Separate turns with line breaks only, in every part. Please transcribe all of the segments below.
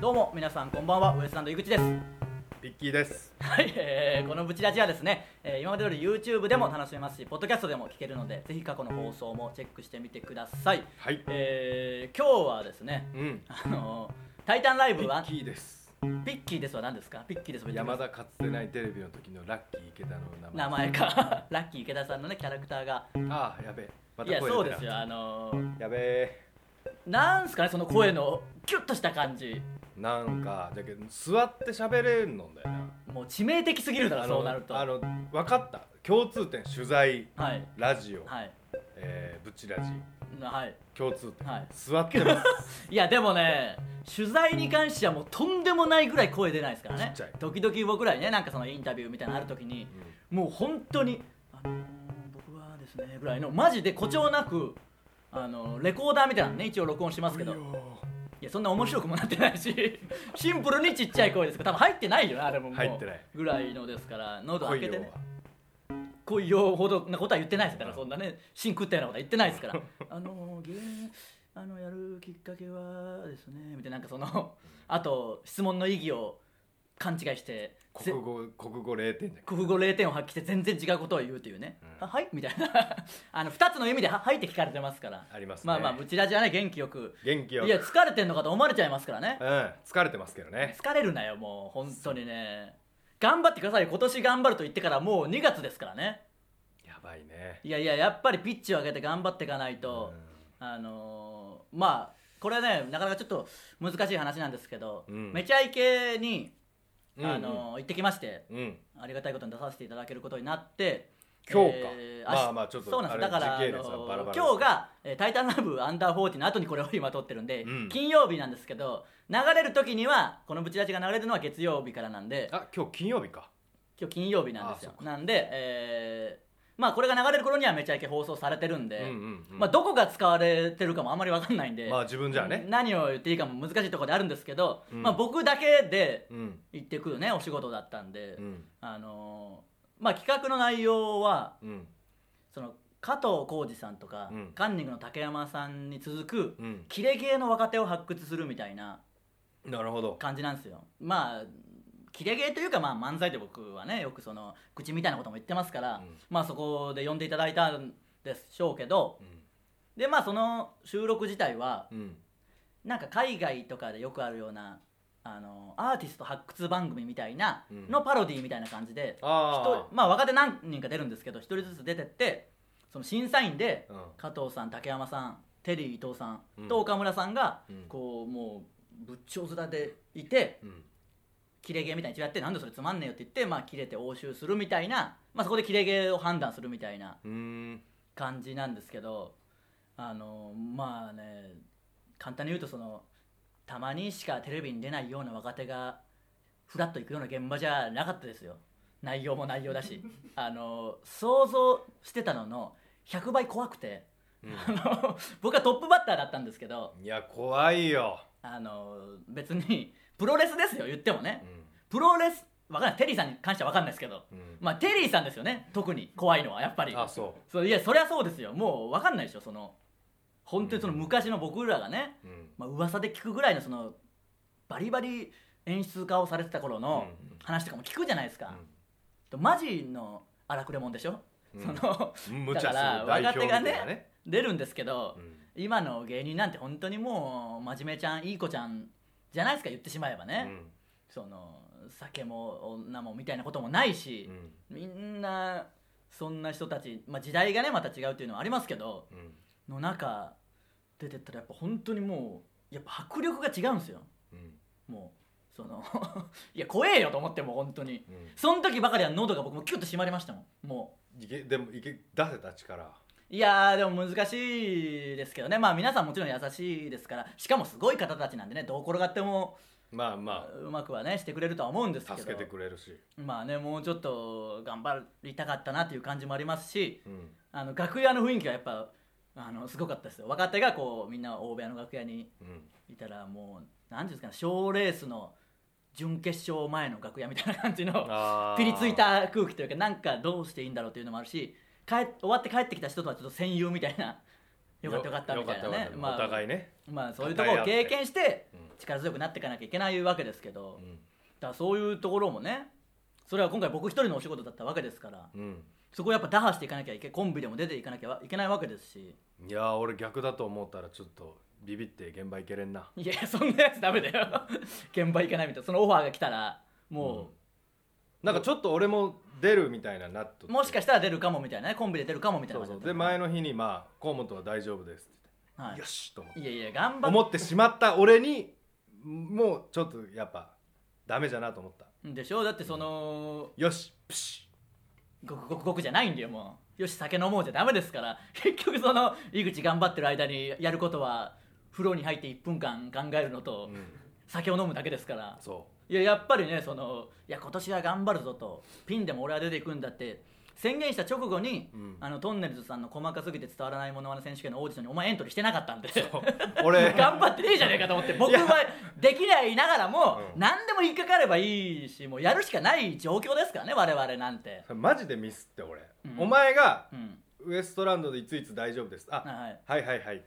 どうも皆さんこんばんはウエストランド井口です
ピッキーです
はい、えーこのブチラジはですね、えー今まで通り YouTube でも楽しめますしポッドキャストでも聞けるのでぜひ過去の放送もチェックしてみてください、
はい
えー今日はですね
うん
あのータイタンライ
ピ
ブは
ッキーです
ピッキーですは何ですかピッキーですは言って
山
くだ
田かつてないテレビの時のラッキー池田の
さい
名
名
前
前か ラッキー池田さんのねキャラクターが、
ああやべえま
いや
た声
そう
出
で
た
すよあのー
やべえ
なんすかねその声のキュッとした感じ
なんかだけど座って喋れんのんだよな
もう致命的すぎるだろ
あの
そうなると
あの分かった共通点取材
はい
ラジオ、
はい
えー、ブチラジ
はい
共通点、
はい
座ってます
いやでもね取材に関してはもうとんでもないぐらい声出ないですからね
ちっちゃい
時々僕らにねなんかそのインタビューみたいなのある時にもう本当に「あのー僕はですね」ぐらいのマジで誇張なくあのレコーダーみたいなのね一応録音してますけど
ういよ
いやそんな面白くもなってないしシンプルにちっちゃい声ですけど多分入ってないよなあれももう
入ってない
ぐらいのですから喉
来
開
い
け
よ
てね来いよほどなことは言ってないですから、
うん
そんなね真空ったようなことは言ってないですから あの芸人あのやるきっかけはですねみたいななんかそのあと質問の意義を勘違いしてぜ
国語国語0点じゃん
国語0点を発揮して全然違うことを言うというね、
うん
あはいみたいな あの2つの意味で「ははい」って聞かれてますから
ありますね
まあまあブチラジはね元気よく
元気よく
いや疲れてんのかと思われちゃいますからね
うん疲れてますけどね
疲れるなよもう本当にね頑張ってくださいよ今年頑張ると言ってからもう2月ですからね
やばいね
いやいややっぱりピッチを上げて頑張っていかないと、あのーまあこれはねなかなかちょっと難しい話なんですけど、
うん
めちゃイケに、
うん
あのー行ってきまして
うんうん
ありがたいことに出させていただけることになって
今日か
えー
まあまあちょっと
そうなんですだ
あれ
から、あ
時系列は
のー
バラバラです
今日が「えータイタンラブアンダー40」の後にこれを今撮ってるんで、
うん
金曜日なんですけど流れる時にはこの「ブチラジ」が流れるのは月曜日からなんで
あ今日金曜日か
今日金曜日なんですよ
あそう
なんで、えーまあこれが流れる頃にはめちゃイケ放送されてるんで、
うんうんうん
まあ、どこが使われてるかもあんまり分かんないんで、
まあ自分じゃね
何を言っていいかも難しいところであるんですけど、
うん
まあ、僕だけで
うん
行ってくるねお仕事だったんで、
うん
あのーまあ、企画の内容は
うん
その加藤浩次さんとか、
うん
カンニングの竹山さんに続く
うん
キレ芸の若手を発掘するみたいな
なるほど
感じなんですよまあキレ芸というか、まあ、漫才で僕はねよくその口みたいなことも言ってますから、
うん
まあ、そこで呼んでいただいたんでしょうけどでまあその収録自体は
うんうん
なんか海外とかでよくあるようなあのアーティスト発掘番組みたいな
うん
のパロディみたいな感じで、一人
あ
まあ、若手何人か出るんですけど一人ずつ出てってその審査員で
あ
加藤さん竹山さんテリー伊藤さん、
うん
と岡村さんが、
うん
こうもう仏頂面でいて
うんうん
キレゲーみたいにやってなんでそれつまんねえよって言って、まあ、キレて応酬するみたいな、まあ、そこでキレゲーを判断するみたいな
うーん
感じなんですけどあのまあね簡単に言うとそのたまにしかテレビに出ないような若手がフラッと行くような現場じゃなかったですよ内容も内容だ しあの想像してたのの100倍怖くて、
うん
あの僕はトップバッターだったんですけど
いや怖いよ
あの別にプロレスですよ言ってもね
う
プロレスわかんないテリーさんに関しては分かんないですけど
んうん
まあテリーさんですよね特に怖いのはやっぱり
あそ
そういやそりゃそうですよもう分かんないでしょその本当にその昔の僕らがね、
ううん
まあ噂で聞くぐらいのそのバリバリ演出家をされてた頃の
うん
話とかも聞くじゃないですか
う、ん
とマジの荒くれもんでしょ、
うん
その
無
だ
茶
か
する
ら
代
若
表
手
み
が
たい
ね
なね
出るんですけど、
うん
今の芸人なんて本当にもう真面目ちゃんいい子ちゃんじゃないですか言ってしまえばね、
うん
その酒も女もみたいなこともないし、
うん
みんなそんな人たち、まあ、時代がねまた違うっていうのはありますけど
うん
の中出てったらやっぱ本当にもうやっぱ迫力が違うんですよ
うん
もうその いや怖えよと思ってもう本当に
うん
その時ばかりは喉が僕もキュッと締まりましたもんも
いけでもいけ出せた力
ういやーでも難しいですけどねまあ皆さんもちろん優しいですからしかもすごい方たちなんでねどう転がっても
まあま
うまくはねしてくれるとは思うんですけ
あ
ど
助けてくれるし
まあねもうちょっと頑張りたかったなっていう感じもありますし
うん
あの楽屋の雰囲気はやっぱあのすごかったですよ若手がこうみんな大部屋の楽屋に
うん
いたらもう何ていうんですかね賞レースの準決勝前の楽屋みたいな感じの
あー
ピリついた空気というかなんかどうしていいんだろうというのもあるし帰っ終わって帰ってきた人とはちょっと戦友みたいなよかったよかったみたいな
よかっ
ね
たよかった
まあ
お互いね
まあそういうとこを経験して
うん
力強くなっていかなきゃいけないわけですけど、
うん
だからそういうところもねそれは今回僕一人のお仕事だったわけですから
うん
そこをやっぱ打破していかなきゃいけコンビでも出ていかなきゃいけないわけですし
いやー俺逆だと思ったらちょっとビビって現場行けれんない
やそんなやつダメだよ 現場行かないみたいなそのオファーが来たらも
なんかちょっと俺も出るみたいななっと
う、もしかしたら出るかもみたいなねコンビで出るかもみたい
そ
な
う
感
そう
じだ
で
った
前の日にまあ河本は大丈夫ですって言って、
はい
よしと思って
いやいや頑張っ
思ってしまった俺にもうちょっとやっぱダメじゃなと思った
でしょだってその
よしプシ
ごくごくごくじゃないんだよもうよし酒飲もうじゃダメですから結局その井口頑張ってる間にやることは風呂に入って1分間考えるの
ッ
と
うん
酒を飲むだけですから
そ
いややっぱりねそのいや今年は頑張るぞとピンでも俺は出ていくんだって宣言した直後に、
うん
あのトンネルズさんの細かすぎて伝わらないものまね選手権のオーディションにお前エントリーしてなかったんで
う俺
頑張ってねえじゃねえかと思って僕はできないながらも、
うん
何でも引っかかればいいしもうやるしかない状況ですからね我々なんて、
マジでミスって俺、
うん
お前が
うん、
ウエストランドでいついつ大丈夫ですあ、
はい
はいはいはい
ってい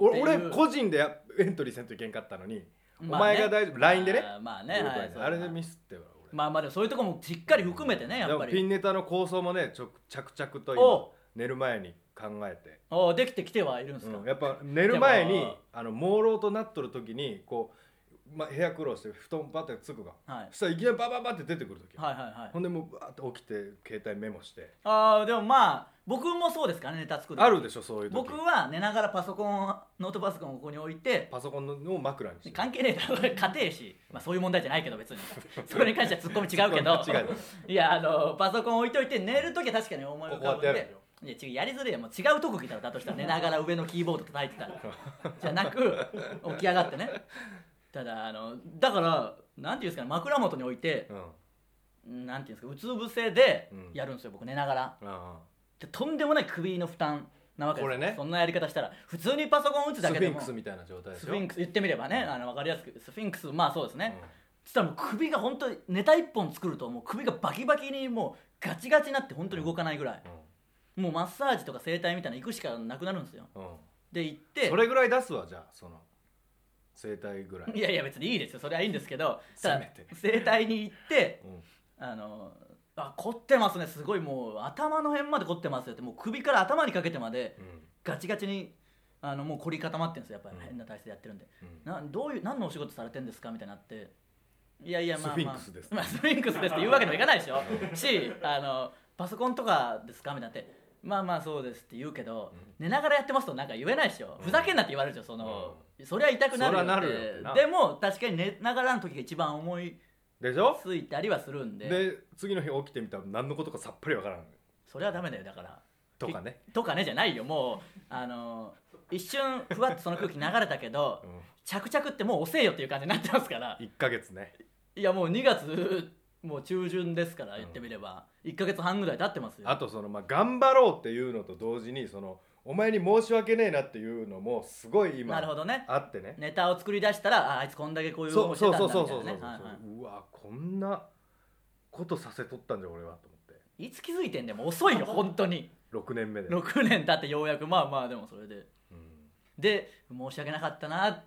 お
う
俺個人でやエントリーせんといけんかったのに、
まあ
お前
ね
が大丈夫 LINE でね
あーまあね
グルー
はい
プ LINE
そうだ
あれでミスって俺
まあまあでもそういうとこもしっかり含めてねやっぱ
でもピ
り
ンネタの構想もねちょ着々と今
お
寝る前に考えて
おできてきてはいるんですか、
うんやっぱ寝る前
で
に
も
あの朦朧となっとる時にこう、ま、部屋苦労して布団パッてつくが、
はい
そしたらいきなりバババって出てくる時、
はいはいはい
ほんでもうバーって起きて携帯メモして
ああでもまあ僕もそうですからねネタ作る
あるでしょそういう時
僕は寝ながらパソコンノートパソコンをここに置いて
パソコンのを枕にして
関係ねえだろ家庭し、まあ、そういう問題じゃないけど 別にそれに関してはツッコミ違うけど
ツッコミ違う
いやあのパソコン置いといて寝る時は確かにお前が
こうやってやるんだよ
いや違うやりづらいよもう違うとこ来たらだとしたら寝ながら上のキーボード叩いて たらじゃなく起き上がってねただあのだからなんていうんですかね枕元に置いて
う、ん
なんていうんですかうつ伏せで
うん
やるんですよ、僕寝ながら。
うん
でとんでもない首の負担なわけです
これね
そんなやり方したら普通にパソコン打つだ
ス
け
フ
で
ィン
も
クスみたいな状態
ス
でし
フ
ょ
ィンクス言ってみればね、あの分かりやすくスフィンクスまあそうですね、
うん
そしたらもう首が本当にネタ一本作るともう首がバキバキにもうガチガチになって本当に動かないぐらい、もうマッサージとか整体みたいなの行くしかなくなるんですよ
うんうん
で行って
それぐらい出すわじゃあその整体ぐらい、
いやいや別にいいですよそれはいいんですけど
せ
た
め
だ
て
整体に行って
うん
あのあ凝ってますねすごいもう頭の辺まで凝ってますよってもう首から頭にかけてまで
うん
ガチガチにあのもう凝り固まってるんですよやっぱり
うん
変な体勢でやってるんで、
うん
などういう何のお仕事されてんですかみたいになっていやいやまあ、まあ、
スフィンクスです
まあ、スフィンクスですって言うわけにもいかないでしょしあのパソコンとかですかみたいになってまあまあそうですって言うけど、寝ながらやってますとなんか言えないでしょ、
うん
ふざけんなって言われるでしょその、そりゃ痛くなるよ
そりゃな
っ
るよっててな
でも確かに寝ながらの時が一番思い
でしょ
ついたりはするんで
で次の日起きてみたら何のことかさっぱりわからん
それはダメだよだから
とかね、
とかねじゃないよもうあの一瞬ふわっとその空気流れたけど
うん、
着々ってもう遅えよっていう感じになってますから
1ヶ月ね
いやもう2月 もう中旬ですから
うん
言ってみれば、1か月半ぐらい経ってますよ
あとそのまあ頑張ろうっていうのと同時にそのお前に申し訳ねえなっていうのもすごい今
なるほどね
あってね
ネタを作り出したらああいつこんだけこういう
そ
思
う
いして
そう
た
そ
ん
う
だ
そ
み
う
た
そ
いうなねは
そう、
いは
うわこんなことさせとったんじゃ俺はと思って
いいつ気づいてんでもう 遅いよ本当に
6年目で、うん、
6年経ってようやくまあまあでもそれでで申し訳なかったな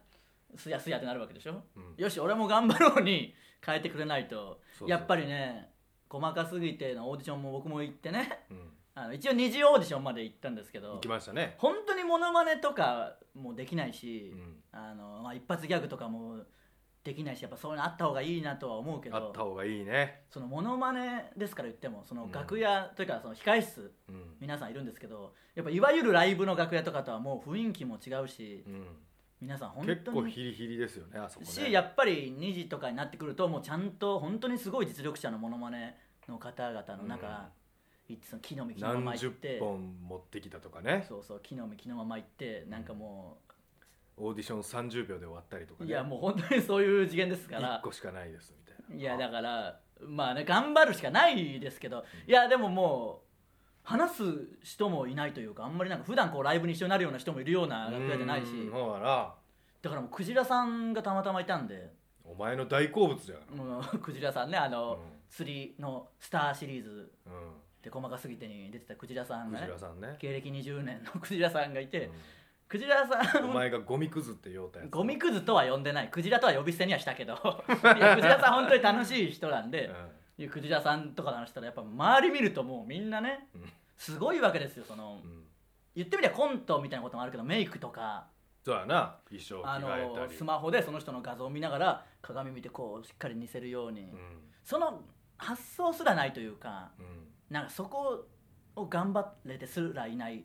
すやすやってなるわけでしょ、
うん
よし俺も頑張ろうに変えてくれないと
そうそう
やっぱりね細かすぎてのオーディションも僕も行ってね
うん
あの一応二次オーディションまで行ったんですけ
行
ど
きましたね、
本当にモノマネとかもできないし、
うん
あのまあ、一発ギャグとかもできないしやっぱそういうのあった方がいいなとは思うけ
あっ
ど
た方がいいね、
そのモノマネですから言ってもその
うん
楽屋というかその控室
うん
皆さんいるんですけどやっぱいわゆるライブの楽屋とかとはもう雰囲気も違うし
うん、
皆さん本
結
当
構
に
ヒリヒリですよねあそこね
しやっぱり2時とかになってくるともうちゃんと本当にすごい実力者のモノマネの方々の中、行ってその木の実木のまま
何
行
十
って
本持ってきたとかね
そうそう木の実木のまま行ってなんかも
オーディション30秒で終わったりと
う、
かね
いやもう本当にそういう次元ですから
1個しかないですみたいない
いやだからまあね頑張るしかないですけどいやでももう話す人もいないというかあんまりなんか普段こうライブに一緒になるような人もいるような楽屋じゃないし
そうだな
だからもうクジラさんがたまたまいたんで
お前の大好物じゃん、
もう クジラさんねあの、
うん
釣りのスターシリーズ
うん
で細かすぎてに出てたクジラさん
ク
がね
ジラさんね。
芸歴20年のクジラさんがいて、クジラさ
お
ん
前がゴミくずって言おうたやつ
ゴミくずとは呼んでないクジラとは呼び捨てにはした けどいやクジラさん本当に楽しい人なん
うん
で、いやクジラさんとかの話したらやっぱ周り見るともうみんなね
うん
すごいわけですよその
うん
言ってみりゃコントみたいなこともあるけどメイクとか
そうやな衣装着
あ
替えた
の
り
スマホでその人の画像を見ながら鏡見てこうしっかり似せるように、
うん
その発想すらないというか
うん
なんかそこを頑張れてすらいない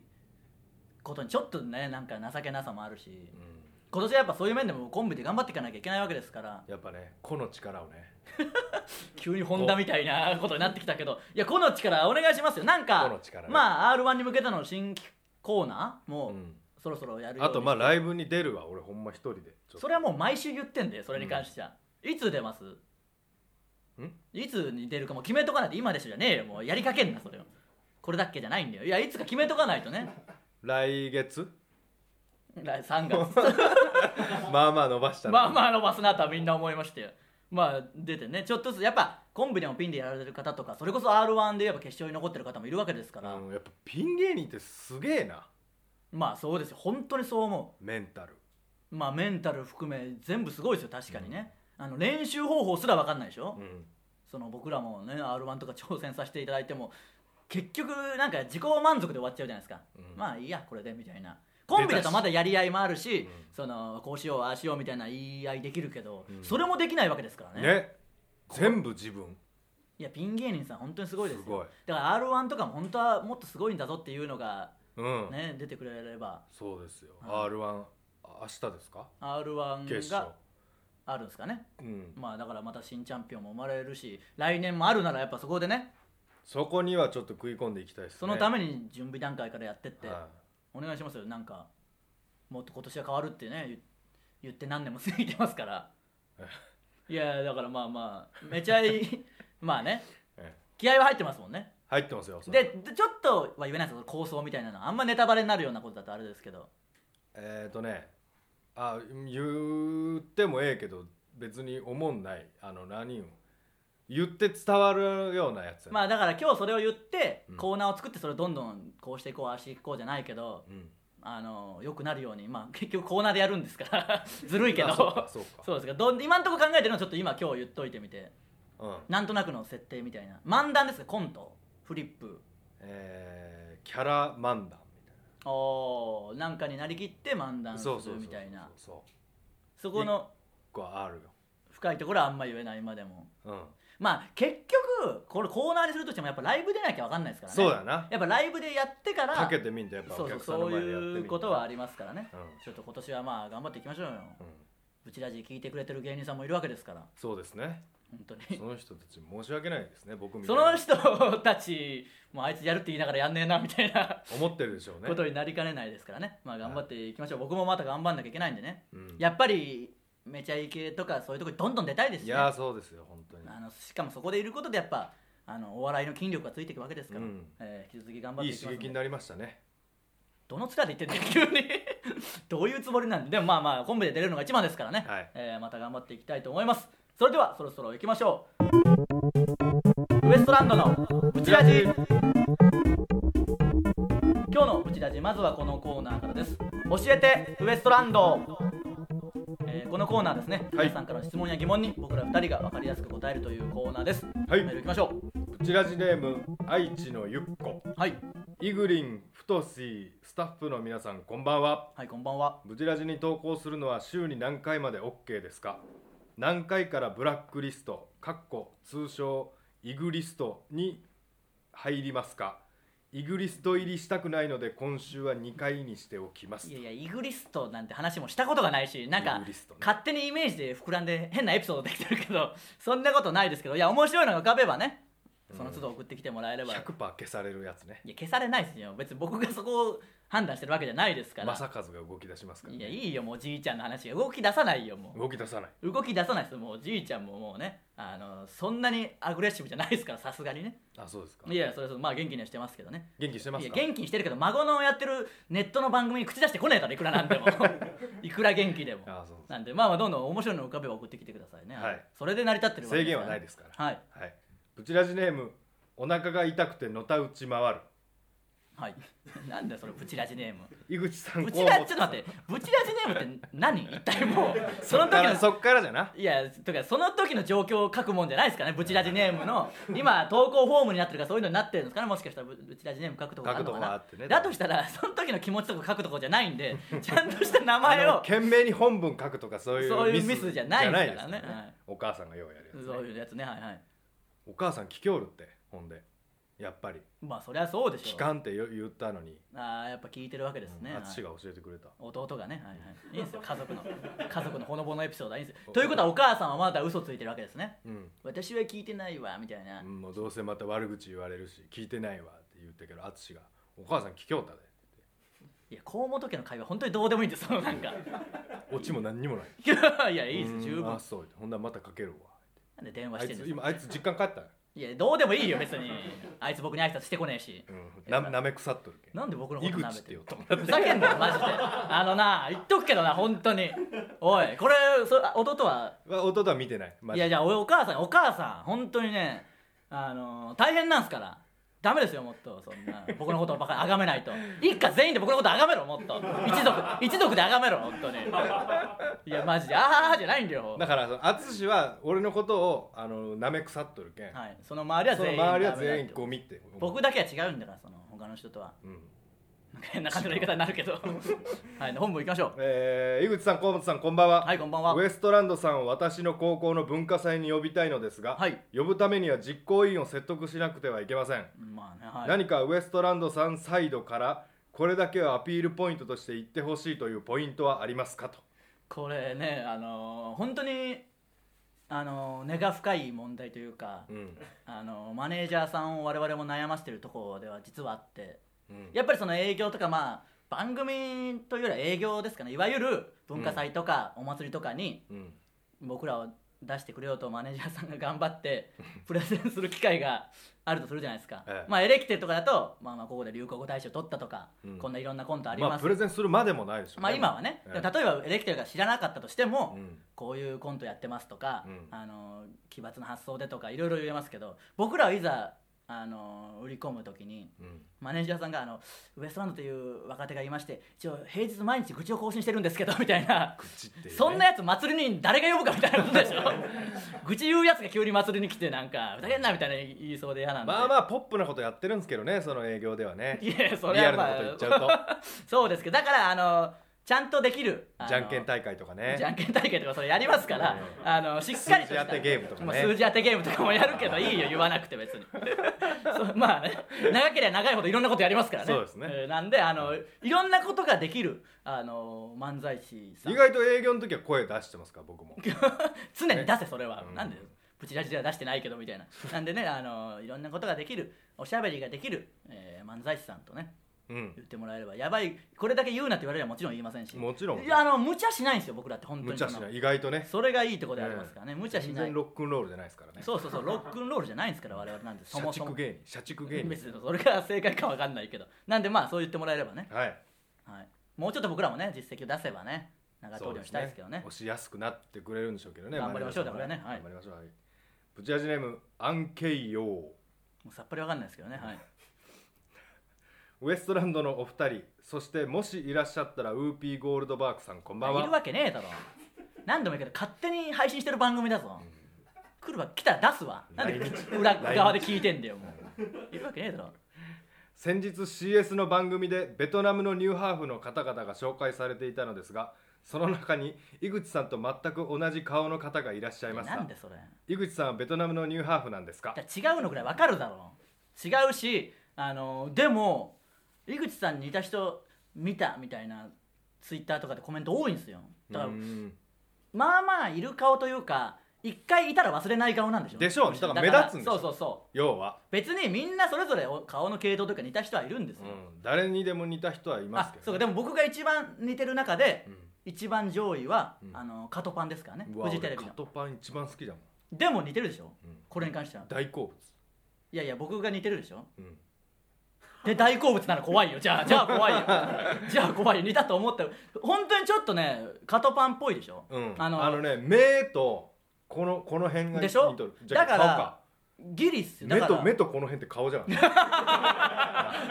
ことにちょっとねなんか情けなさもあるし
うん
今年はやっぱそういう面でもコンビで頑張っていかなきゃいけないわけですから
やっぱね個の力をね
急にホンダみたいなことになってきたけどいやこの力お願いしますよなん
個の
か、
力ね
まあ r 1に向けての新規コーナーも
うん
そろそろやるよう
あ
に
とまあライブに出るわ俺ほんま一人でちょっと
それはもう毎週言ってんでそれに関しては、いつ出ます
ん
いつに出るかもう決めとかないと今でしょじゃねえよもうやりかけんなそれをこれだっけじゃないんだよいやいつか決めとかないと ね
来月
来3月
まあまあ伸ばした
まあま
あ
あ伸ばすなとはみんな思いましてまあ出てねちょっとずつやっぱコンビでもピンでやられてる方とかそれこそ r 1で言えば決勝に残ってる方もいるわけですから、
やっぱピン芸人ってすげえな
まあそうですよ本当にそう思
メンタル
うまあメンタル含め全部すごいですよ確かにね、あの練習方法すら分かんないでしょ、
うん
その僕らもね r 1とか挑戦させていただいても結局なんか自己満足で終わっちゃうじゃないですか、
うん
まあいいやこれでみたいなコンビだとまだやり合いもあるし、
うん
そのこうしようああしようみたいな言い合いできるけど、
うん
それもできないわけですからね
ね全部自分
いやピン芸人さん本当にすごいですよ
すごい
だから r 1とかも本当はもっとすごいんだぞっていうのが
うん
ね、出てくれれば
そうですよ
うん
r 1明日ですか
r 1
決
が
勝
あるんですかね
うん
まあだからまた新チャンピオンも生まれるし来年もあるならやっぱそこでね
そこにはちょっと食い込んでいきたいですね
そのた
め
めに準備段階からやってって、
は
お願いしますよなんかもっと今年は変わるってね言言って何年も過ぎてますから いやだからまあまあめちゃい まあね
いええ
気合は入ってますもんね
入ってますよそれ
ででちょっとは言えないですけど構想みたいなのあんまネタバレになるようなことだとあれですけど
えっ、ー、とねあ言ってもええけど別に思んないあの何を言って伝わるようなやつや
まあだから今日それを言って、
うん
コーナーを作ってそれをどんどんこうしていこうああしていこうじゃないけど
うん
あのよくなるようにまあ結局コーナーでやるんですから ずるいけど
あそうかそうか
そうですけどどん今のところ考えてるのちょっと今今日言っといてみて
うん
なんとなくの設定みたいな漫談ですかコントフリップ
えー、キャラ漫談みたい
おーなんかになりきって漫
な
談す
そうそう
る
そう
みたいな
そうそ
そ
う
この
こはあるよ
深いところはあんま言えない今でも
うん
まあ結局これコーナーにするとしてもやっぱライブでなきゃ分かんないですからね
そうだな
やっぱライブでやってから
かけてみんとやっぱ
そ
お
うそう
客さん
そ
の
う
前でやってみ
いうことはありますからね、
うん
ちょっと今年はまあ頑張っていきましょうよ
うん
うちらじ聞いてくれてる芸人さんもいるわけですから
そうですね
本当に
その人たち申し訳ないですね僕みた
そ
いな
の人たちもあいつやるって言いながらやんねえなみたいな
思ってるでしょうね
ことになりかねないですからねまあ頑張っていきましょう僕もまた頑張んなきゃいけないんでね
うん
やっぱりめちゃイケとかそういうとこにどんどん出たいです
い
よ、
やーそうですよ本当に
あのしかもそこでいることでやっぱあのお笑いの筋力がついていくわけですから、
うん
えー引き続き頑張って
い
い
い
きます
刺
んで
激になりましたね
どの面で言ってんだよ急に どういうつもりなんででもまあまあコンビで出れるのが一番ですからね、
はい
えーまた頑張っていきたいと思いますそれではそろそろ行きましょうウエストランドのブチラジ今日のブチラジまずはこのコーナーからです教えてウエストランドえーこのコーナーですね、
はい
皆さんからの質問や疑問に僕ら2人が分かりやすく答えるというコーナーです、
はい
メールいきましょう
プチラジネーム愛知のゆっこ
はい
イグリンふとしスタッフの皆さんこんばんは
はいこんばんは
ブチラジに投稿するのは週に何回まで OK ですか何回からブラックリストかっこ通称イグリストに入りますかイグリスト入りしたくないので今週は2回にしておきます
いやいやイグリストなんて話もしたことがないしなん
イ
か
グリストね
勝手にイメージで膨らんで変なエピソードできてるけど そんなことないですけどいや面白いのが浮かべばねその都度送ってきてもらえれば、
100%消されるやつね
いや消されないですよ別に僕がそこを判断してるわけじゃないですから
正和が動き出しますから、
いや
ね、
いいよもうじいちゃんの話が動き出さないよも
動き出さないう
動き出さないですもうじいちゃんももうねあのそんなにアグレッシブじゃないですからさすがにね
あそうですか
いやいやそれそれまあ元気にはしてますけどね
元気してま
い
す
や
か
元気にしてるけど孫のやってるネットの番組に口出してこねえだろいくらなんでも いくら元気でも
あそうです
なんでまあまあどんどん面白いの浮かべを送ってきてくださいね、
はい
それで成り立ってるわけ
制限はないですすから
からはい
はい、ブチラジネームお腹が痛くてのたうち回る
はい なんだよそのブチラジネーム
井口さん
ブ
こ
チ
う
ラ
思
ちょ
っ
っと待ってブチラジネームって何一体 もうその時
から
の
そっからじゃない
やとかその時の状況を書くもんじゃないですかねブチラジネームの今投稿フォームになってるからそういうのになってるんですかねもしかしたらブブチラジネーム書くとこがあるのか
書くとこが
な
あってね
だとしたらその時の気持ちとか書くとこじゃないんで ちゃんとした名前
あの
を
懸命に本文書くとかそういう
そういうミスじゃないです
じ
か
ゃ
らね
ないです
はい
お母さんがようやるやつね、
そういうやつねはいはい
お母さん聞きおるってほんでやっぱり
まあそりゃそうでし
聞
ょう
かんってよ言ったのに
あーやっぱ聞いてるわけですね、はい
淳が教えてくれた
弟がね、はいはい、いいんですよ家族 の家族のほのぼのエピソードはいいんですよということはお母さんはまだ嘘ついてるわけですね
うん、
私は聞いてないわみたいな、
うんもうどうせまた悪口言われるし聞いてないわって言ったけど淳が「お母さん聞きおったで
いや河本家の会話本当にどうでもいいんですよそのなんか」
オチも何にもない
い やいやいいです
う
よ
ん
十分
あそうほんならまたかけるわ
なんで電話
あ
し
い
てんで
つ
すか
今あいつ実家帰ったね
いやどうでもいいよ別に あいつ僕に挨拶してこねえし
うんななめ腐っとるけん
なんで僕のこと舐
井
め
口ってて
る
よと
ふざけんなよマジであのな言っとくけどな本当においこれそ弟は
わ弟は見てないマ
い
ジで
やじゃあおお母さんお母さん本当にねあの大変なんすからダメですよもっとそんな僕のことばかり崇めないと一家全員で僕のこと崇めろもっと一族一族で崇めろ本当にいやマジでああじゃないんだよ
だから淳は俺のことをあのなめ腐っとるけん、
はいその周りは
その
全員
周りは
ダメだっ
全員
て
ゴミって
僕だけは違うんだからその他の人とは
うん
なんか変な感じの言い方になるけど はい本部行きましょう
えー井口さん河本さんこんばんは、
はいこんばんは
ウエストランドさんを私の高校の文化祭に呼びたいのですが、
はい
呼ぶためには実行委員を説得しなくてはいけません、
まあねはい
何かウエストランドさんサイドからこれだけはアピールポイントとして言ってほしいというポイントはありますかと
これねあの本当にあの根が深い問題というか、
うん、
あのマネージャーさんを我々も悩ませてるところでは実はあって
うん
やっぱりその営業とかまあ番組というよりは営業ですかねいわゆる文化祭とかお祭りとかに
うん
僕らを出してくれようとマネージャーさんが頑張ってプレゼンする機会があるとするじゃないですか、
ええ
まあエレキテとかだと、まあ、まあここで流行語大賞取ったとか、
うん
こんないろんなコントあり
まあ
ます、
プレゼンするまでもないでしょう
まあ、今はね、
ええ
でも例えばエレキテルが知らなかったとしても、
うん
こういうコントやってますとか、
うん
あの奇抜な発想でとかいろいろ言えますけど僕らはいざあの売り込む時に
うん
マネージャーさんがあのウエストランドという若手がいまして一応平日毎日愚痴を更新してるんですけどみたいな。
口っていうね
そんなやつ祭りに誰が呼ぶかみたいなことでし ょ愚痴言うやつが急に祭りに来てなんかふざけんなみたいな言いそうで嫌なんで
まあまあポップなことやってるんですけどねその営業ではね
いやそ
リ
れは
アルな
まあ
こと言っちゃ
そうですけどだからあのちゃんとできるあ
うと
の
じゃんけん大会とかね
じゃんけん大会とかそれやりますから、あのしっかりとした
数字当てゲームとかね
もう数字当てゲームとかもやるけどいいよ言わなくて別にそうまあね長ければ長いほどいろんなことやりますからね
そうですね
えーなんであのいろんなことができるあの漫才師さん
意外と営業の時は声出してますから僕も
常に出せそれは、
うん
なんでブチラジでは出してないけどみた いななんでねあのいろんなことができるおしゃべりができる、えー漫才師さんとね
うん
言ってもらえればやばいこれだけ言うなって言われればもちろん言いませんし
もちろん
いやあの無茶しないんですよ僕らって本当
無
に
茶しない意外とね
それがいいとこでありますからね、無茶し
全
ない
然ロックンロールじゃないですからね
そうそうそうロックンロールじゃないんですから我々なんてそ
社
もそ
畜
も
芸人社畜芸人
別にそれが正解かわかんないけどなんでまあそう言ってもらえればね、
はい
はい、もうちょっと僕らもね実績を出せばね長
そう
投
で
了
す
したいですけどね
押しやすくなってくれるんでしょうけどね
頑張りましょう
マネージャーさん
だ
も
か
頑張りましょうはいブチラジネームアンケイヨー
もうさっぱりわかんないですけどねはい
ウエストランドのお二人そしてもしいらっしゃったらウーピーゴールドバーグさんこんばん
いる
は
わけねえだろ何度も言うけど勝手に配信してる番組だぞ、来るわ来たら出すわなんで
来
裏側で聞いてんだよもういるわけねえだろ
先日 CS の番組でベトナムのニューハーフの方々が紹介されていたのですがその中に井口さんと全く同じ顔の方がいらっしゃいまし
な
た
んでそれ
井口さんはベトナムのニューハーフなんですか
じゃあ違うのぐらいわかるだろう違うしあのでも井口さんに似た人見たみたいなツイッターとかでコメント多いんですよだから
うん
まあまあいる顔というか一回いたら忘れない顔なんでしょ
でしょうねだから目立つんでしょ
そうそうそう
要は、
別にみんなそれぞれお顔の系統というか似た人はいるんです
う
よ、
ん、誰にでも似た人はいます
あ
けど
そうかでも僕が一番似てる中で、
うん
一番上位は、
うん
あのカトパンですからね
うわ
フジテレビ
俺
の
カトパン一番好きだもん、
でも似てるでしょ
うん
これに関しては
大好
いやいや僕が似てるでしょ
物、うん
で大好物なら怖いよじゃあじゃあ怖い よじゃあ怖いよ似たと思ったよ本当にちょっとねカトパンっぽいでしょ、
うん、あ
あ
の
の
ね目とこのこの辺が
でしょ
似とるじゃあ
だか
顔から
ギリっすよだ
目
か
と
ら
目とこの辺って顔じゃない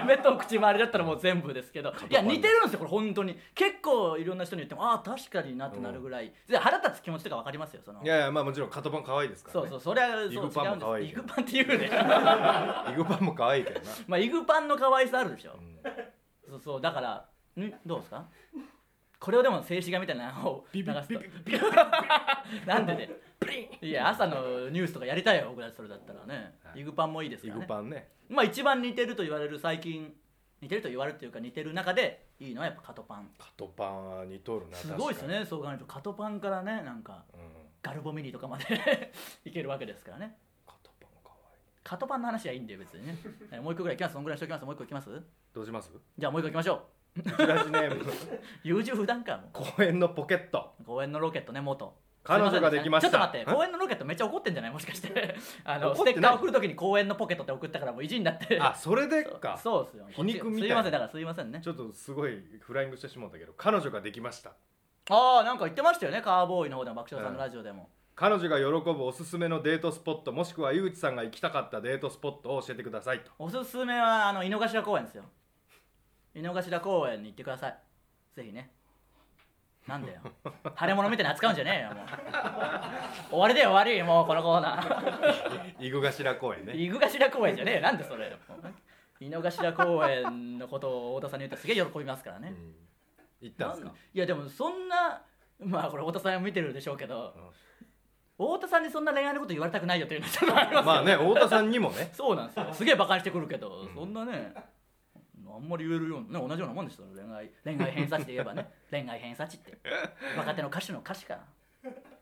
目と口周りだったらもう全部ですけどいや似てるんですよこれ本当に結構いろんな人に言ってもああ確かになってなるぐらい、で腹立つ気持ちとか分かりますよその
いやいやまあもちろん型番可愛いですから、
そ
ね、
うそうそれはそう
イ
違うん
グ
です
パンも可愛い
イ
けど
グパンって言うね
イグパンも可愛いけどな、
まあイグパンの可愛さあるでしょ
うん
そうそうだからんどうですかこれをでも静止画みたいなのを流
ビビ
す
ビ
と なんでねいや朝のニュースとかやりたいよ僕らそれだったらね
はい
イグパンもいいです
イ
から
グ
ね
パンね
まあ一番似てると言われる最近似てると言われるというか似てる中でいいのはやっぱカトパン
カトパンは似とるな
すごいです、
確
ねそう考えるとカトパンからねなんか
かにうん、
ガルボミニとかまで いけるわけですからね
カトパン可愛い
カトパンの話はいいんで別にねえもう一個ぐらいいきますそんぐらいにしときますもう一個いきます
どうします
じゃあもう一個いきましょ
こちらしネ ーム
う優柔不断かも
公園のポケット
う公園のロケットね元
彼女ができました
すいせんでしたねちょっと待って
ん
公園のロケットめっちゃ怒ってんじゃないもしかしてあの
怒
ス
っ
テ
てない
ッカー送るときに公園のポケットって送ったからもう意地になって
あそれで か
そうそうですよ
皮肉みたい
すいませんだからすいませんね
ちょっとすごいフライングしてしまったけど彼女ができました
ああなんか言ってましたよねカーボーイの方でも爆笑さんのラジオでも、
彼女が喜ぶおすすめのデートスポットもしくは井口さんが行きたかったデートスポットを教えてくださいと
おすすめはあの井の頭公園ですよ井の頭公園に行ってくださいぜひねなんだよ腫れ物みたいに扱うんじゃねえよもう終わりだよ終わりもうこのコーナー
井口頭公園ね
井の頭公園じゃねえ よなんでそれもう井の頭公園のことを太田さんに言うとすげえ喜びますからね、
うん行ったんです
な
か
んいやでもそんなまあこれ太田さん見てるでしょうけど、太田さんにそんな恋愛のこと言われたくないよというのはちょっとありますよね
まあね太田さんにもね
そうなんですよすげえバカにしてくるけど、
うん
そんなねあんまり言えるような、ね、同じようなもんですよ恋愛恋愛偏差値で言えば ね恋愛偏差値って若手の歌手の歌詞か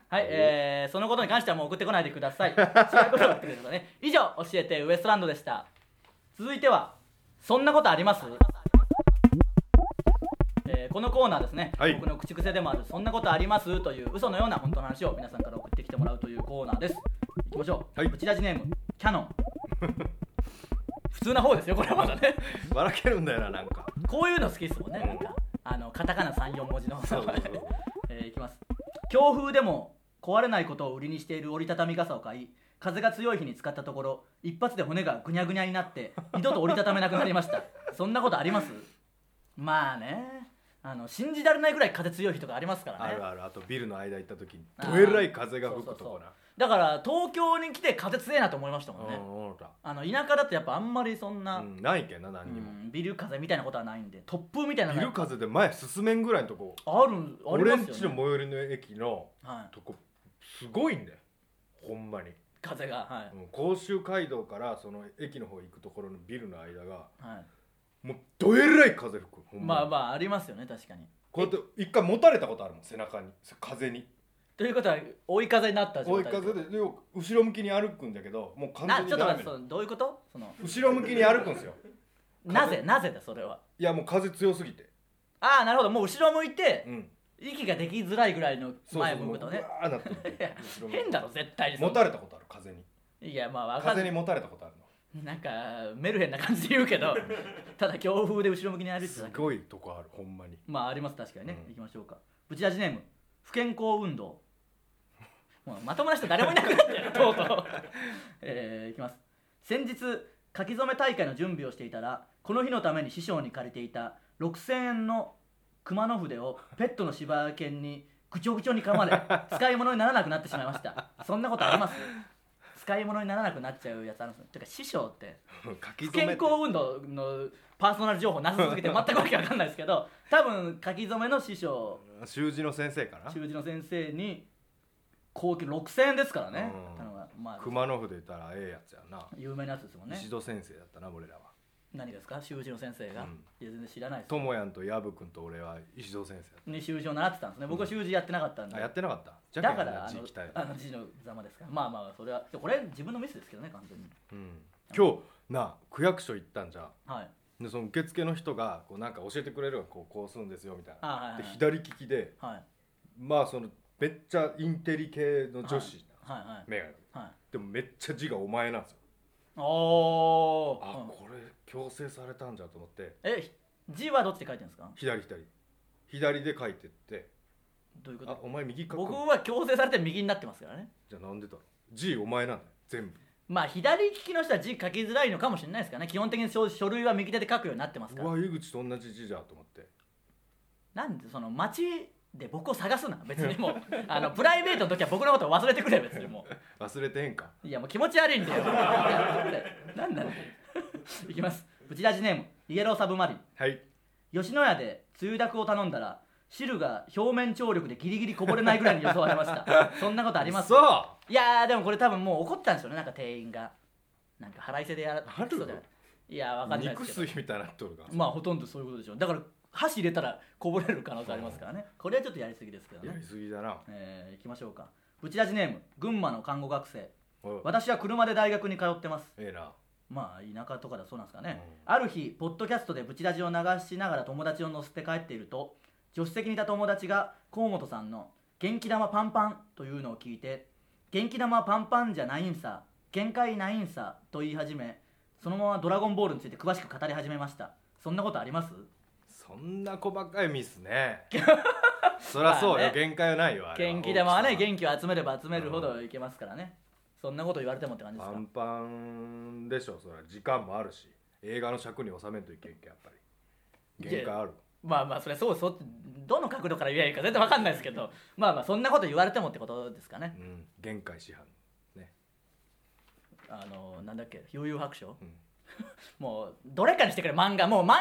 はい、えー、そのことに関してはもう送ってこないでください違うことを言ってくれるからね以上教えてウエストランドでした続いてはそんなことありますえーこのコーナーですね、
はい
僕の口癖でもある「そんなことあります?」という嘘のような本当の話を皆さんから送ってきてもらうというコーナーですいきましょう、
はい
ブチラジネームキャ ノン普通な方ですよこれはまだね
笑けるんだよななん か
こういうの好きですもんねなんかあのカタカナ34文字の
そうそうそう
えーいきます強風でも壊れないことを売りにしている折りたたみ傘を買い風が強い日に使ったところ一発で骨がぐにゃぐにゃになって二度と折りたためなくなりましたそんなことありますまあねあの信じられないぐらい風強い日とかありますからね
あるあるあとビルの間行った時に
あー
どえらい風が吹くとこな
だから東京に来て風強いなと思いましたもん
う
ね、
ん思った
あの田舎だとやっぱあんまりそんな、
うんないけんな何に
う
も
んビル風みたいなことはないんで突風みたいなのが
ビル風で前進めんぐらいのとこ
あるんあり
俺
ま
ん
す
ち
よ
の
ね
最寄りの駅の
はい、
とこすごいんだよほんまに
風がは
うん甲州街道からその駅の方行くところのビルの間が
い、はい、
もうどえらい風吹くほんに
まあまあありますよね確かに
こうやって一回持たれたことあるもん背中に風に
ということは追い風になった状
追い
態
風でで後ろ向きに歩くんだけどもう完
な
全
ち
に
ょっと
ダ
待って
メ
そ
な
のどういうことその
後ろ向きに歩くん ですよ風
なぜなぜだそれはい
やもう風強すぎて
ああなるほどもう後ろ向いて
うん
息ができづらいぐらいの
そう
前
そう
向くとね
もううわーなってる
いや
後ろ向いて
変だろ絶対に
持たれたことある風に
いやまあわかん
風
な
に
い
持たれたことあるの
なんかメルヘンな感じで言うけどただ強風で後ろ向きに歩いて
す
ただけ
ごいとこあるほん まに
まああります確かにね、
うん
いきましょうかブチラジネーム不健康運動 もうまともな人誰もいなくなって るとうとう、えーいきます先日書き初め大会の準備をしていたらこの日のために師匠に借りていた6000円の熊の筆をペットの柴犬にぐちょぐちょに噛 まれ使い物にならなくなってしまいましたそんなことあります使い物にならなくなっちゃうやつあるんですよてか師匠って
書き
不
初
健
めって
康運動のパーソナル情報なさすぎて全くわけわかんないですけ ど多分書き初めの師匠
習字の先生かな
習字の先生に高級6000円ですからね
うん
頼むわまあ
熊野筆言ったらええやつやな
有名なやつですもんね
石戸先生だったな俺らは
何がですか習字の先生が、
うん
いや全然知らないです
ともやんとやぶくんと俺は石戸先生だっ
に習字を習ってたんですね僕は習字やってなかったんで、
たあやってなかったじゃ
だ
けん
からあ
字
の
鍛えた
あの字のざまですからまあまあそれはこれ自分のミスですけどね完全に
うん今日な区役所行ったんじゃ
はい
でその受付の人がこうなんか教えてくれるわこうこうするんですよみたいな、
あはいはい
で左利きで
はい
まあそのめっちゃインテリ系の女子、
はいはい
メガネ
はい
でもめっちゃ字がお前なんですよ
お
あ、
ーうん
これ強制されたんじゃと思って
え字はどっちで書いてるんですか
左左左で書いてって
どういうこと
あお前右書く
僕
の
は強制されて右になってますからね
じゃあなんでだろう字お前なんだよ全部
まあ左利きの人は字書きづらいのかもしれないですからね基本的にそう書類は右手で書くようになってますか
う
ら
わ井口と同じ字じゃと思って
なんでその街で僕を探すな別にもう あのプライベートの時は僕のことを忘れてくれ別にも
忘れてへんか
ういやもう気持ち悪いんだよ いやなんなんだよ いきますブチラジネームイエローサブマリン
はい
吉野家でつゆだくを頼んだら汁が表面張力でギリギリこぼれないぐらいに予想されましたそんなことあります
そう
いやーでもこれ多分もう怒ったんでしょうねなんか店員がなんか腹いせでやら
ある
そうじゃないいやわかんないで
肉
すけ
水
ど
みたいになっとるが
まあほとんどそういうことでしょうだから箸入れたらこぼれる可能性ありますからねこれはちょっとやりすぎですけど
や
ね
りすぎだな
えー、いきましょうかブチラジネーム群馬の看護学生
おい
私は車で大学に通ってます
ええな
まあ田舎とかだそうなんですかね、
うん
ある日ポッドキャストでブチラジを流しながら友達を乗せて帰っていると助手席にいた友達が河本さんの「元気玉パンパン」というのを聞いて「元気玉パンパンじゃないんさ限界ないんさ」と言い始めそのまま「ドラゴンボール」について詳しく語り始めましたそんなことあります
そんな細かいミスね そりゃそう
ま
よ、
あね
限界はないよあれは
元気玉はね
大きさ
元気を集めれば集めるほどいけますからね、そんなこと言われてもって感じです
パ
か
ンパンでしょそれは時間もあるし映画の尺に収めんといけんけやっぱり限界ある
まあまあそれはそうそうどの角度から言えばいいか全然わかんないですけどまあまあそんなこと言われてもってことですかね
うん限界市販ね
あのなんだっけ悠々白書
うん
もうどれかにしてくれ漫画もう漫画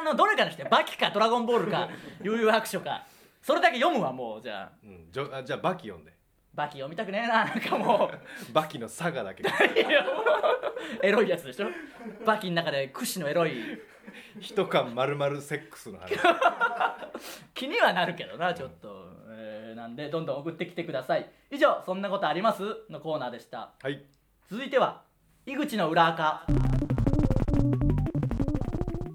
あのどれかにしてバキかドラゴンボールか悠々白書かそれだけ読むわもうじゃあ
うんじゃあじゃあバキ読んで
バキ読みたくねえな なんかも
バキのサガ だけ
ういやもうエロいやつでしょバキの中で屈指のエロい
一巻丸々セックスの話
気にはなるけどなちょっと、えーなんでどんどん送ってきてください以上「そんなことあります?」のコーナーでした
はい
続いては井口の裏垢、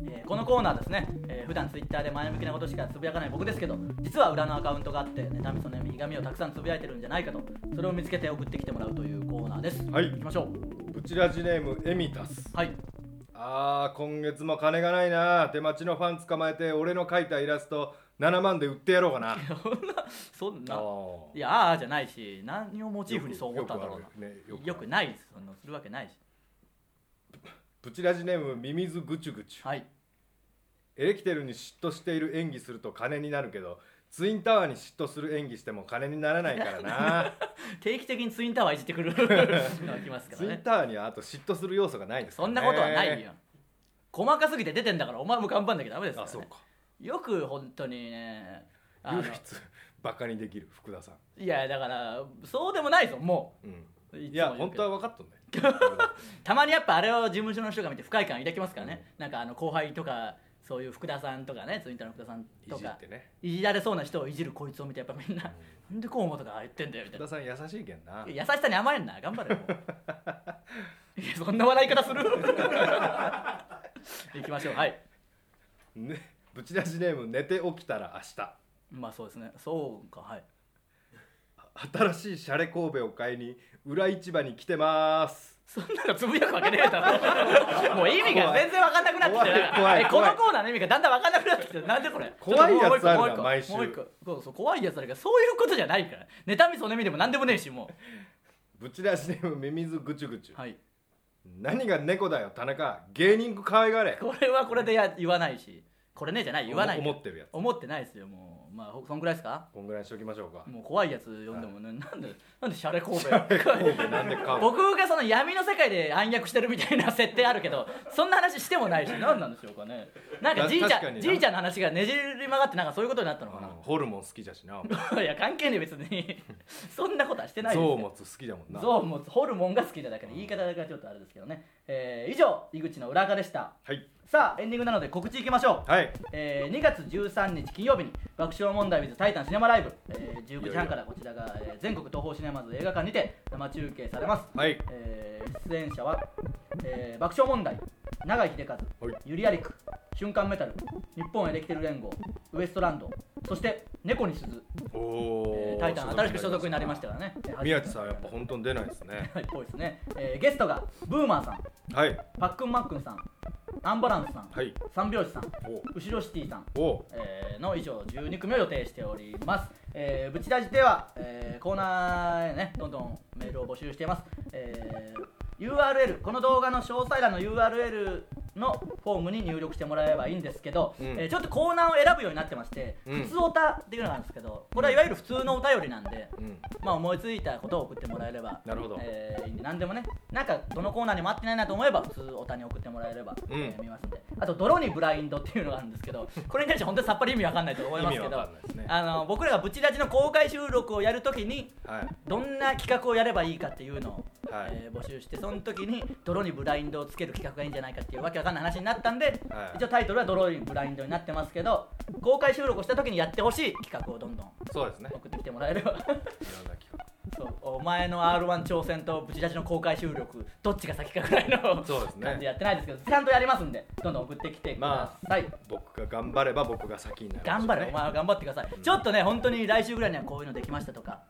えーこのコーナーですね、えー普段ツイッターで前向きなことしかつぶやかない僕ですけど実は裏のアカウントがあって妬みそねみいがみをたくさんつぶやいてるんじゃないかとそれを見つけて送ってきてもらうというコーナーです
はい
行きましょう
ブチラジネームエミタス
はい
あー今月も金がないな手待ちのファン捕まえて俺の描いたイラスト7万で売ってやろう かな
そんなそんな
あ
いやああじゃないし何をモチーフにそう思ったんだろうなよ
よくあるねよくあ
く
る
ないですそんなするわけないし
ブチラジネームミミズグチュグチュ
はい
エレキテルに嫉妬している演技すると金になるけどツインタワーに嫉妬する演技しても金にならないから な
定期的にツインタワーいじって くるのが来ますか
ツ
ら
イン
ね
タワーにはあと嫉妬する要素がないですか
そ
ら
ん
ね
なことはないよ。細かすぎて出てんだから、お前も頑張んなきゃダメですから、
あ
ね。
そうか
よく本当にね。あ
唯
の
一 バカにできる福田さん
いや、だから、そうでもないぞ、も
う
う。
んいや本当
は
は分か っとんね
たまにやっぱあれを事務所の人が見て不快感抱きますからね、なんかあの後輩とかそういう福田さんとかねツインターの福田さん
い
と
じ
か
ってね
いじられそうな人をいじるこいつを見てやっぱみんな、なんで河本がああ言ってんだよみたい
福
な
田さん優しいけんない
や優しさに甘えんな頑 張れよいやそんな笑い方する 行きましょうはい
ねぶち出しネーム寝て起きたら明日
まあそうですねそうかはい
新しいシャレ神戸を買いに裏市場に来てます
そんなのつぶやくわけねえだろもう意味が全然わかんなくなってきて
怖い怖い
えこ
怖い
のコーナーの意味がだんだんわかんなくなってきてなんでこれ
怖いやつ
ちょっともう
あるな毎週
もう一個そうそう怖いやつあるからそういうことじゃないから妬みそねみでもなんでもねえしも
ぶち出しネームミミズグチュグチ
う
ュ、
はい
何が猫だよ田中芸人可愛がれ
これはこれでや言わないしこれねじゃない言わない
思思ってるやつ
思ってないですよもうまあほそんぐらいですか
こんぐらいにしときましょうか
もう怖いやつ読んでもね、なんでなんでシャレ神戸
神戸なんで買う の
僕がその闇の世界で暗躍してるみたいな設定あるけどそんな話してもないし何なんでしょうかねなんか
た
じいち
確
ゃ
かに
ん
な
じいちゃんの話がねじり曲がってなんかそういうことになったのか
うんホルモン好きじゃしなお前
ないや関係ねえ別に そんなことはしてないです
象
よ
を持つ好きだもんな
ゾウもホルモンが好きなだけで言い方がちょっとあれですけどね、えー以上井口の裏垢でした
はい
さあエンディングなので告知いきましょう
はい
えー2月13日金曜日に爆笑問題 with タイタンシネマライブ、えー19時半からこちらが、えー全国東宝シネマズ映画館にて生中継されます、
はい
えー出演者は、えー爆笑問題永井秀和、
はい
ゆりやりく瞬間メタル日本エレキテル連合ウエストランドそして猫に鈴、
お
え
お
ータイタン新しく所属になりましたからねえー
宮地さんやっぱ本当に出ないですね
はいこうですね、えーゲストがブーマーさん
はい
パックンマックンさんアンバランスさん、
はい
三拍子さん
お
後ろシティさん
おお
えーの以上12組を予定しております、えー、ブチラジでは、えーコーナーへねどんどんメールを募集しています、えー URL この動画の詳細欄の URL のフォームに入力してもらえばいいんですけど、
うん
えーちょっとコーナーを選ぶようになってまして、
うん
普通おたっていうのがあるんですけどこれはいわゆる普通のお便りなんで、
うん
まあ、思いついたことを送ってもらえれば
なるほど
えーいいんで何でもねなんかどのコーナーにも合ってないなと思えば普通おたに送ってもらえれば、
うん
えー見ますんであと「泥にブラインド」っていうのがあるんですけど これに対して本当にさっぱり意味わかんないと思いますけ
意味
ど
わかんないですね
あの僕らがブチラジの公開収録をやるときに
はい
どんな企画をやればいいかっていうのを、
はい
えー募集してその時に泥にブラインドをつける企画がいいんじゃないかっていうわけわかんない話になったんで、
はい
一応タイトルは「泥にブラインド」になってますけど公開収録をした時にやってほしい企画をどんどん
そうですね
送ってきてもらえれば
いろんな企画
そうお前の r 1挑戦とブチラジの公開収録どっちが先かぐらいの
そうですね
感じでやってないですけどちゃんとやりますんでどんどん送ってきてくだ
ま
さい、
僕が頑張れば僕が先になる
頑張れ、お前は頑張ってください、ちょっとね本当に来週ぐらいにはこういうのできましたとか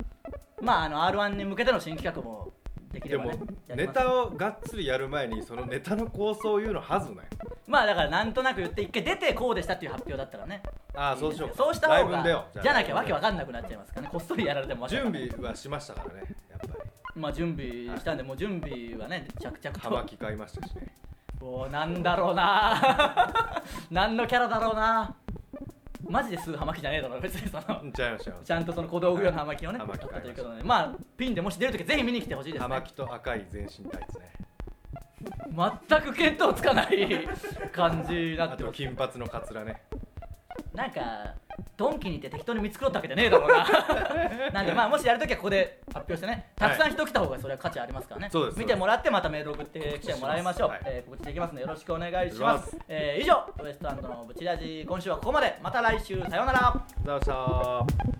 まああの r 1に向けての新企画もでき
で
れば
も
ねやり
ネ
ます
タをがっつりやる前にそのネタの構想を言うのはずない
まあだからなんとなく言って一回出てこうでしたっていう発表だったらね
ああそうしようか
そうした方
ライブ
が
でよ
じゃなきゃわけわ
ん
かんなくなっちゃいますからねこっそりやられてもわけわ
準
かんない
備はしましたからねやっぱり
まあ準備したんでもう準備はね着
葉
々と
巻買いましたしね
おーなんだろうな 何のキャラだろうなマジで数ハマキじゃねえだろ別にその
うんちゃいましたよ
ちゃんとその小道具用のハマキをね
は
買
い葉巻
ったという
買
こ
い
と
ま
でまあピンでもし出るときぜひ見に来てほしいです
葉
ね
巻と赤い全身タイツね
全く見当つかない感じにな
あ
って
と
ます
金髪のカツラね
なんかドンキに行って適当に見繕ったわけじゃねえだろう ななんでまあもしやるときはここで発表してねたくさん人来た方がそれは価値ありますからね、
そうです
見てもらってまたメール送ってきてもらいましょう
はい
えー告知できますのでよろしくお願いします
お願いします
えー以上ウエストランドのブチラジ今週はここまでまた来週さようなら
どうしたー